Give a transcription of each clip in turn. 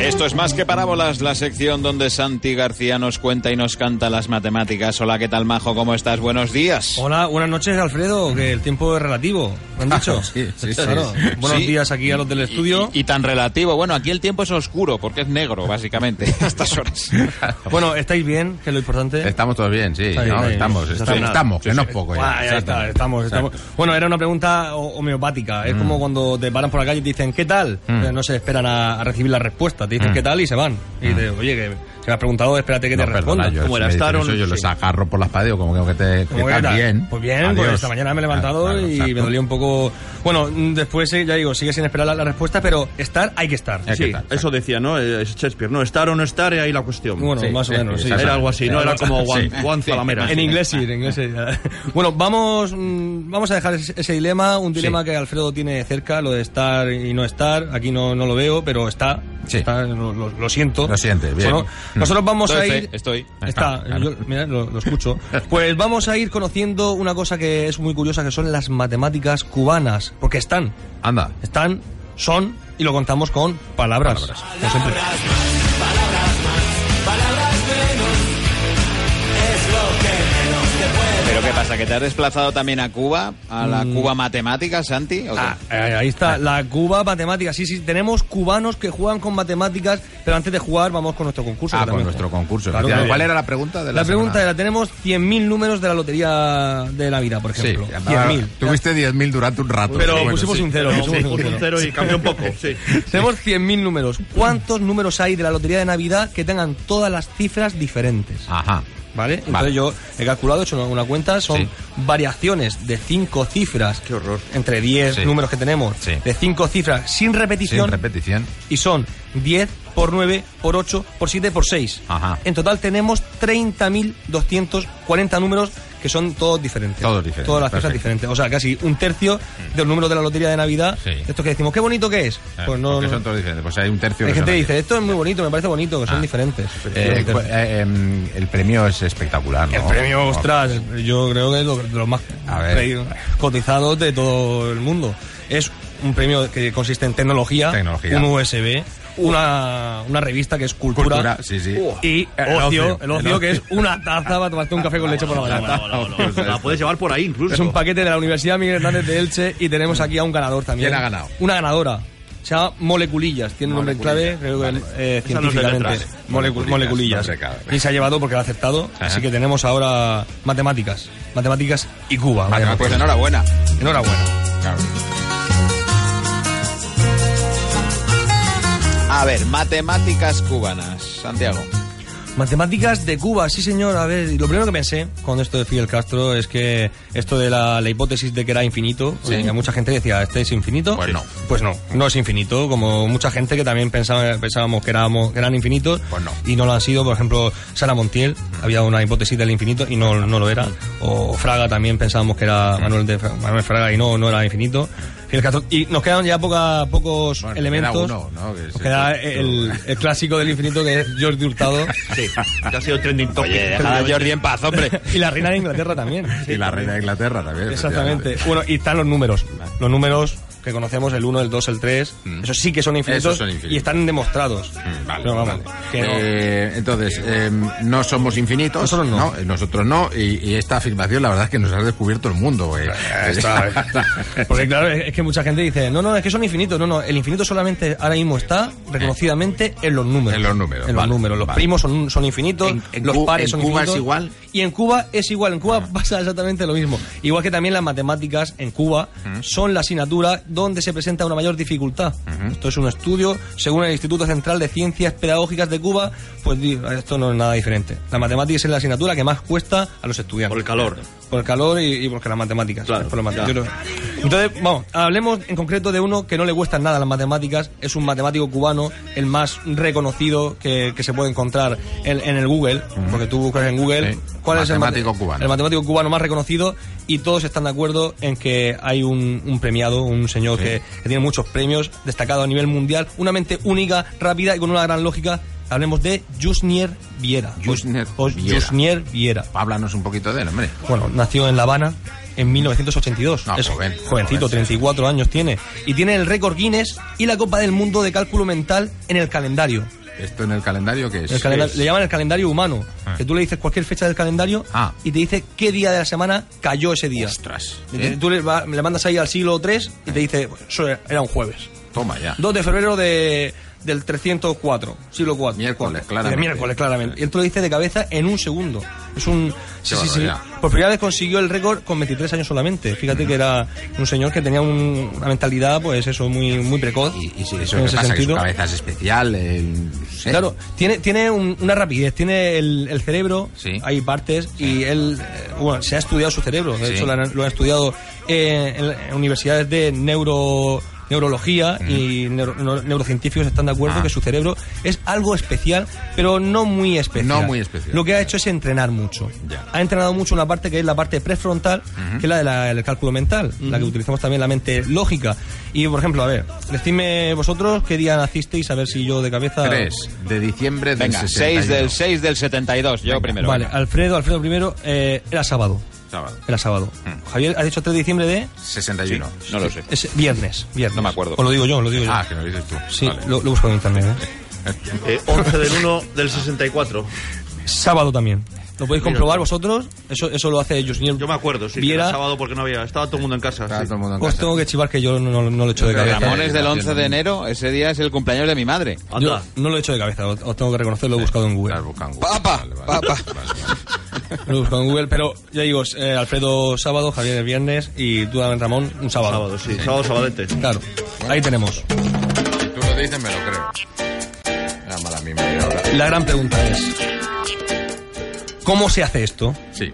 Esto es más que parábolas, la sección donde Santi García nos cuenta y nos canta las matemáticas. Hola, ¿qué tal, Majo? ¿Cómo estás? Buenos días. Hola, buenas noches, Alfredo, que el tiempo es relativo, ¿me han dicho? Sí, sí, sí. Claro. Buenos Sí. días aquí a los del estudio. Y, y tan relativo. Bueno, aquí el tiempo es oscuro porque es negro, básicamente, a estas horas. Bueno, ¿estáis bien? Que es lo importante. Estamos todos bien, sí. bien, ¿no? está bien. estamos, Sí, estamos, sí. estamos, que no es poco ya. Guau, ya está, Exacto. Mm. estamos, estamos. Bueno, era una pregunta ho- homeopática. Es como cuando te paran por la calle y te dicen, ¿qué tal? Eh, No se esperan a, a recibir la respuesta. Te dicen, ¿qué tal? Y se van. Y te oye, que si me has preguntado, espérate que Mm. No, te perdona, responda. yo, Como si era me dicen estar eso, un- yo sí. los agarro por las paredes, como que, te, que ¿Cómo que estás tal? bien. Pues bien, pues Adiós. esta mañana me he levantado Ah, claro, y exacto. me dolía un poco. Bueno, mm, después, eh, ya digo, sigue sin esperar la, la respuesta, pero estar hay que estar. Ah, Hay que Sí, tal, tal. eso decía, ¿no? Eh, Shakespeare, ¿no? Estar o no estar, eh, ahí la cuestión. Bueno, Sí. más o menos, sí. Era algo así, ¿no? Era como Juan, Sí. Juan Zalamera. En inglés sí, en inglés sí. Bueno, vamos, mm, vamos a dejar ese, ese dilema, un dilema que Alfredo tiene cerca, lo de estar y no estar. Aquí no, no lo veo, pero está. Sí. está, lo, lo- lo siento. Lo sientes, bien. Bueno, Mm. nosotros vamos Estoy, a ir. estoy. Está, Claro. yo- mira, lo, lo escucho. Pues vamos a ir conociendo una cosa que es muy curiosa, que son las matemáticas cubanas, porque están, Anda. están, son, y lo contamos con palabras. como siempre. ¿Pero qué pasa? ¿Que te has desplazado también a Cuba? ¿A la Cuba matemática, Santi? ¿O qué? Mm. Ah, eh, ahí está, la Cuba matemática. Sí, sí, tenemos cubanos que juegan con matemáticas, pero antes de jugar vamos con nuestro concurso. Ah, que con también nuestro jugamos. concurso. Claro, efectivamente. claro. ¿Cuál era la pregunta de la La pregunta semana? era, tenemos 100.000 números de la lotería de Navidad, por ejemplo. Sí, 100.000. tuviste 10.000 durante un rato. Pero Sí, bueno, pusimos sí. un cero. pusimos un un cero. cero y cambió un poco, sí. Tenemos 100.000 números. ¿Cuántos números hay de la lotería de Navidad que tengan todas las cifras diferentes? Ajá. ¿Vale? Entonces yo he calculado, he hecho una, una cuenta, son Sí. variaciones de cinco cifras. Qué horror. Entre 10 Sí. números que tenemos. Sí. De cinco cifras sin repetición. Sin repetición. y son 10 por 9 por 8 por 7 por 6. Ajá. En total tenemos 30.240 números que son todos diferentes. Todos diferentes, Todas las cifras perfecto. Mm. diferentes. O sea, casi un tercio de los números de la lotería de Navidad. Sí. Estos que decimos, qué bonito que es. Eh, Pues no. porque no. son todos diferentes. Pues hay un tercio Hay que gente que son así. dice, esto es muy bonito, me parece bonito, que son Ah. diferentes. Eh, cu- Efectivamente. eh, em, el premio es espectacular, ¿no? el premio, ostras, yo creo que es lo- de los más A ver. pre- cotizados de todo el mundo. Es un premio que consiste en tecnología, Tecnología. Uh. un USB, una, una revista que es cultura, Cultura, sí, sí. y El ocio, ocio, el el ocio que es ocio. una taza para tomarte un café con leche por la mañana. La puedes llevar por ahí incluso. Es un paquete de la Universidad Miguel Hernández de Elche y tenemos aquí a un ganador también. ¿Quién ha ganado? Una ganadora. Se llama Moleculillas, tiene un nombre en clave, creo Moleculillas, que vale. eh, Esa no es de científicamente. letras. Molecu- Moleculillas, Moleculillas. hombre, claro. Y se ha llevado porque la ha aceptado, así que tenemos ahora matemáticas. Matemáticas y Cuba. vaya, Matemáticas. Pues enhorabuena. pues, enhorabuena. Claro. A ver, matemáticas cubanas, Santiago. Matemáticas de Cuba, sí señor. A ver, lo primero que pensé con esto de Fidel Castro es que esto de la, la hipótesis de que era infinito, porque mucha gente decía, ¿este es infinito? Pues no. Pues no, no es infinito, como mucha gente que también pensaba, pensábamos que, éramos, que eran infinitos Pues no. Mm. y no lo han sido. Por ejemplo, Sara Montiel, había una hipótesis del infinito y no, no lo era. O Fraga también pensábamos que Mm. era Manuel, de, Fra- Manuel Fraga y no, no era infinito. Fidel Castro, y nos quedan ya poca- pocos Bueno, elementos. queda uno, ¿no? Que Nos es queda esto. el, el clásico del infinito que es Jordi Hurtado. Sí, que ha sido trending topic. Oye, deja a Jordi en paz, hombre. Y la reina de Inglaterra también. Y la reina de Inglaterra también. Exactamente. efectivamente. Bueno, y están los números. Los números que conocemos, el 1, el 2, el 3. Mm. Esos sí que son infinitos, Esos son infinitos. y están demostrados. Mm, Vale, Pero vamos, vale. que no. Eh, entonces, eh, no somos infinitos. Nosotros no. Eh, Nosotros no. Y, y esta afirmación, la verdad es que nos has descubierto el mundo. eh. eh. Porque claro, es es que mucha gente dice, no, no, es que son infinitos. No, no, el infinito solamente ahora mismo está reconocidamente en los números. En los números, En los vale, números. Los vale. primos son, son infinitos, En- en los Cu- pares en son Cuba es infinitos. igual. Y en Cuba es igual, en Cuba pasa exactamente lo mismo. Igual que también las matemáticas en Cuba son la asignatura donde se presenta una mayor dificultad. Esto es un estudio, según el Instituto Central de Ciencias Pedagógicas de Cuba, pues di- esto no es nada diferente. La matemática es la asignatura que más cuesta a los estudiantes. Por el calor. Por el calor y, y porque las matemáticas. Claro, por las mate- ya. yo no- Entonces, vamos, hablemos en concreto de uno que no le cuestan nada las matemáticas. Es un matemático cubano, el más reconocido que, que se puede encontrar en, en el Google. Porque tú buscas en Google Sí. cuál es el mate- Matemático cubano. el matemático cubano más reconocido y todos están de acuerdo en que hay un, un premiado, un señor Sí. que, que tiene muchos premios, destacado a nivel mundial, una mente única, rápida y con una gran lógica. Hablemos de Jusnier Viera. Yusnier O- o Viera. Yusnier Viera. Háblanos un poquito de él, hombre. Bueno, nació en La Habana en 1982. Ah, es joven, jovencito, joven, sí, 34 años tiene. Y tiene el récord Guinness y la Copa del Mundo de Cálculo Mental en el calendario. ¿Esto en el calendario qué es? El calenda- Es- Le llaman el calendario humano. Ah. Que tú le dices cualquier fecha del calendario Ah. y te dice qué día de la semana cayó ese día. Ostras. Y ¿eh? te- Tú le, va- le mandas ahí al siglo III y te dice, eso era era un jueves. Toma ya. 2 de febrero de, del 304, siglo 4. Miércoles, De claramente. miércoles, claramente. Y él te lo dice de cabeza en un segundo. Es un. Sí, sí, sí. barbaridad. Por primera vez consiguió el récord con 23 años solamente. Fíjate que era un señor que tenía un- una mentalidad, pues eso, muy, muy precoz. Y, y si eso en que ese pasa, que su sentido. cabeza es especial. el- ¿eh? Claro, tiene, tiene un- una rapidez, tiene el, el cerebro, Sí. hay partes, y él, eh, bueno, se ha estudiado su cerebro, de Sí. hecho lo han, lo han estudiado eh, en, en universidades de neuro, neurología y neuro- neuro- neurocientíficos están de acuerdo Mm. Ah. que su cerebro es algo especial, pero no muy especial. No muy especial. Lo que ha hecho es entrenar mucho. Ya. Ha entrenado mucho una parte que es la parte prefrontal, que es la de la- del cálculo mental, la que utilizamos también la mente lógica. Y, por ejemplo, a ver, decidme vosotros qué día nacisteis, a ver si yo de cabeza... 3 de diciembre del Venga, 6 del 6 del 72. Yo primero. Vale, venga. Alfredo, Alfredo primero, eh, era sábado. Sábado. Era sábado. Javier, ¿has dicho 3 de diciembre de...? 61. No lo sé. Es viernes, viernes. No me acuerdo. O lo digo yo, lo digo yo. Ah, que lo dices tú. Pues sí, Vale. lo, lo busco en internet. ¿eh? Eh, 11 del 1 del 64. Sábado también. ¿Lo podéis comprobar vosotros? Eso, eso lo hace José Yo me acuerdo, sí, que Viera. era sábado porque no había. Estaba todo el mundo en casa. Está sí. todo el mundo en Os casa. tengo que chivar que yo no, no- no lo he hecho de Pero cabeza. Ramón Ramones del 11 de enero, ese día es el cumpleaños de mi madre. Yo Anda. no lo he hecho de cabeza, os os tengo que reconocer, lo he buscado en Google. Las buscan Google. Papa, Vale, vale. papa. Lo he buscado en Google, pero ya digo, eh, Alfredo sábado, Javier el viernes y tú, Ramón, un sábado. Sábado, sí. Sábado, sabadete. Claro, ahí tenemos. Si tú lo dices, me lo creo. Era mala mi madre ahora. La gran pregunta es, ¿cómo se hace esto? Sí.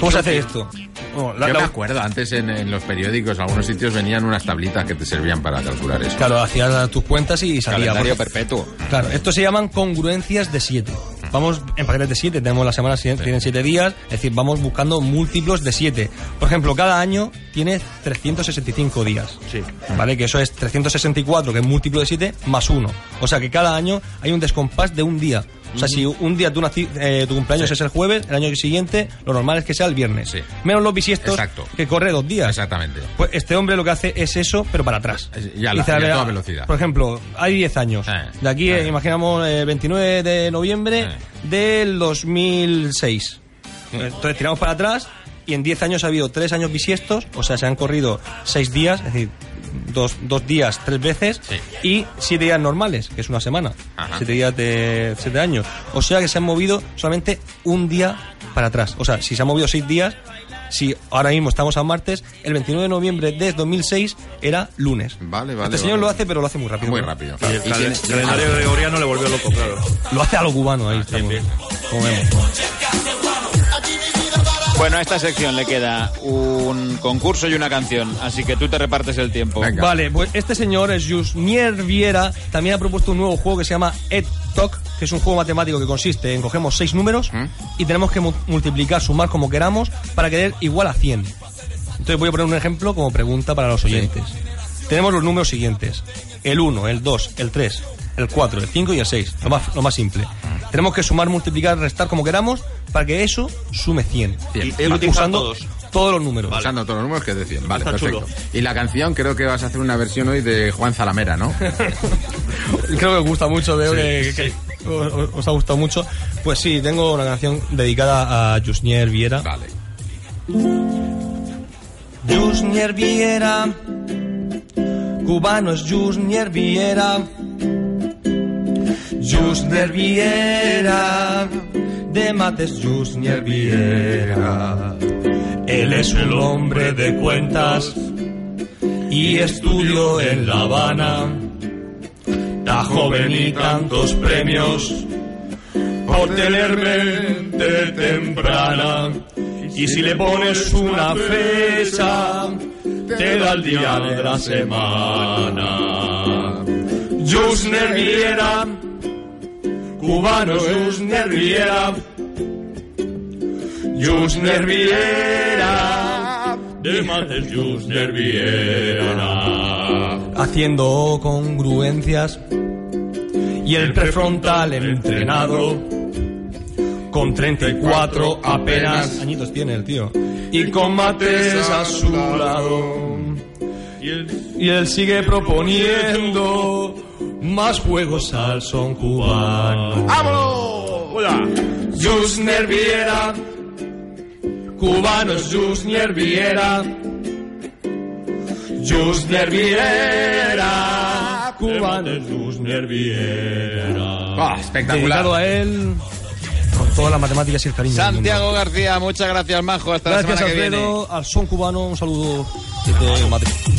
¿Cómo se hace esto? Bueno, Oh, la- Yo la- me acuerdo, antes en, en los periódicos, en algunos sitios venían unas tablitas que te servían para calcular eso. claro, hacías tus cuentas y salía. Calendario porque- perpetuo. Claro, esto se llaman congruencias de 7. Vamos en paquetes de 7, tenemos la semana, siguiente, tienen 7 días, es decir, vamos buscando múltiplos de 7. Por ejemplo, cada año tiene 365 días. Sí. ¿Vale? Que eso es 364, que es múltiplo de 7, más 1. O sea que cada año hay un descompás de un día. O sea, si un día tú naci- eh, tu cumpleaños es el jueves, el año siguiente lo normal es que sea el viernes. Sí. Menos los bisiestos, Exacto. que corre dos días. Exactamente. Pues este hombre lo que hace es eso, pero para atrás. Es- y a la- Dice, y a ver, ah, toda velocidad. Por ejemplo, hay 10 años. Eh, de aquí, eh, eh. imaginamos, eh, 29 de noviembre Eh. del 2006. Sí. Entonces tiramos para atrás y en 10 años ha habido 3 años bisiestos, o sea, se han corrido 6 días, es decir, 2 dos, dos días 3 veces Sí. y 7 días normales, que es una semana. Ajá. 7 días de 7 años. O sea que se han movido solamente un día para atrás. O sea, si se han movido 6 días, si ahora mismo estamos a martes, el 29 de noviembre de 2006 era lunes. Vale, vale, Este señor vale. lo hace, pero lo hace muy rápido. Ah, Muy rápido. Y el cal- calendario Ah. gregoriano le volvió loco, claro. Lo hace a lo cubano Ah, ahí. estamos. Como vemos. Bueno, a esta sección le queda un concurso y una canción, así que tú te repartes el tiempo. Venga. Vale, pues este señor es Jusnier Viera. También ha propuesto un nuevo juego que se llama EdTalk, que es un juego matemático que consiste en cogemos seis números y tenemos que mu- multiplicar, sumar como queramos para quedar igual a 100. Entonces voy a poner un ejemplo como pregunta para los oyentes. Tenemos los números siguientes. El 1, el 2, el 3, el 4, el 5 y el 6. Lo más, lo más simple. Tenemos que sumar, multiplicar, restar como queramos para que eso sume 100. Bien. Y he utilizado Usando todos. todos los números. Usando Ah, todos los números que decían. Vale, Está perfecto. chulo. Y la canción creo que vas a hacer una versión hoy de Juan Zalamera, ¿no? Creo que os gusta mucho, veo que, que- que os, os ha gustado mucho. Pues sí, tengo una canción dedicada a Jusnier Viera. vale. Jusnier Viera, cubano es Jusnier Viera. Jusnier Viera, de mates Jusnier Viera. Él es un hombre de cuentas y estudio en La Habana. Tan joven y tantos premios por tener mente temprana. Y si le pones una fecha, te da el día de la semana. Jusner Viera, cubano Jusner Viera. Jusner Viera, de Madrid Jusner Viera. Haciendo congruencias y el prefrontal entrenado. Con 34 apenas. Añitos tiene el tío. Y con mates a su lado. Y él sigue proponiendo más juegos al son cubano. ¡Vámonos! ¡Hola! Jusner Viera, cubanos Jusner Viera, Jusner Viera, cubanos Jusner Viera. Ah, espectacular. Dedicado a él con todas las matemáticas y el cariño. del mundo. Santiago García, muchas gracias, Majo. Hasta Gracias la semana que viene. Alfredo, al son cubano, un saludo desde Madrid.